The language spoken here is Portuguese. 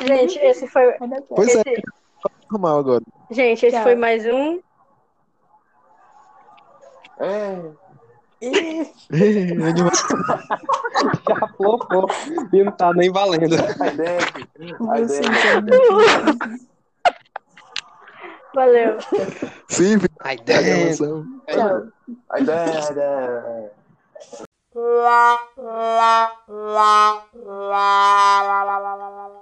Gente, esse foi. Pois é, esse- normal agora. Gente, esse Tchau. foi mais um. É. Ih, Animação. Já flopou e não tá nem valendo. Ai, Deck. Ai, você Deck. entende? Valeu. Sim, vi Ai, a damn. gravação. Tchau. Ai, Deck. Deck. la la la la la la la la la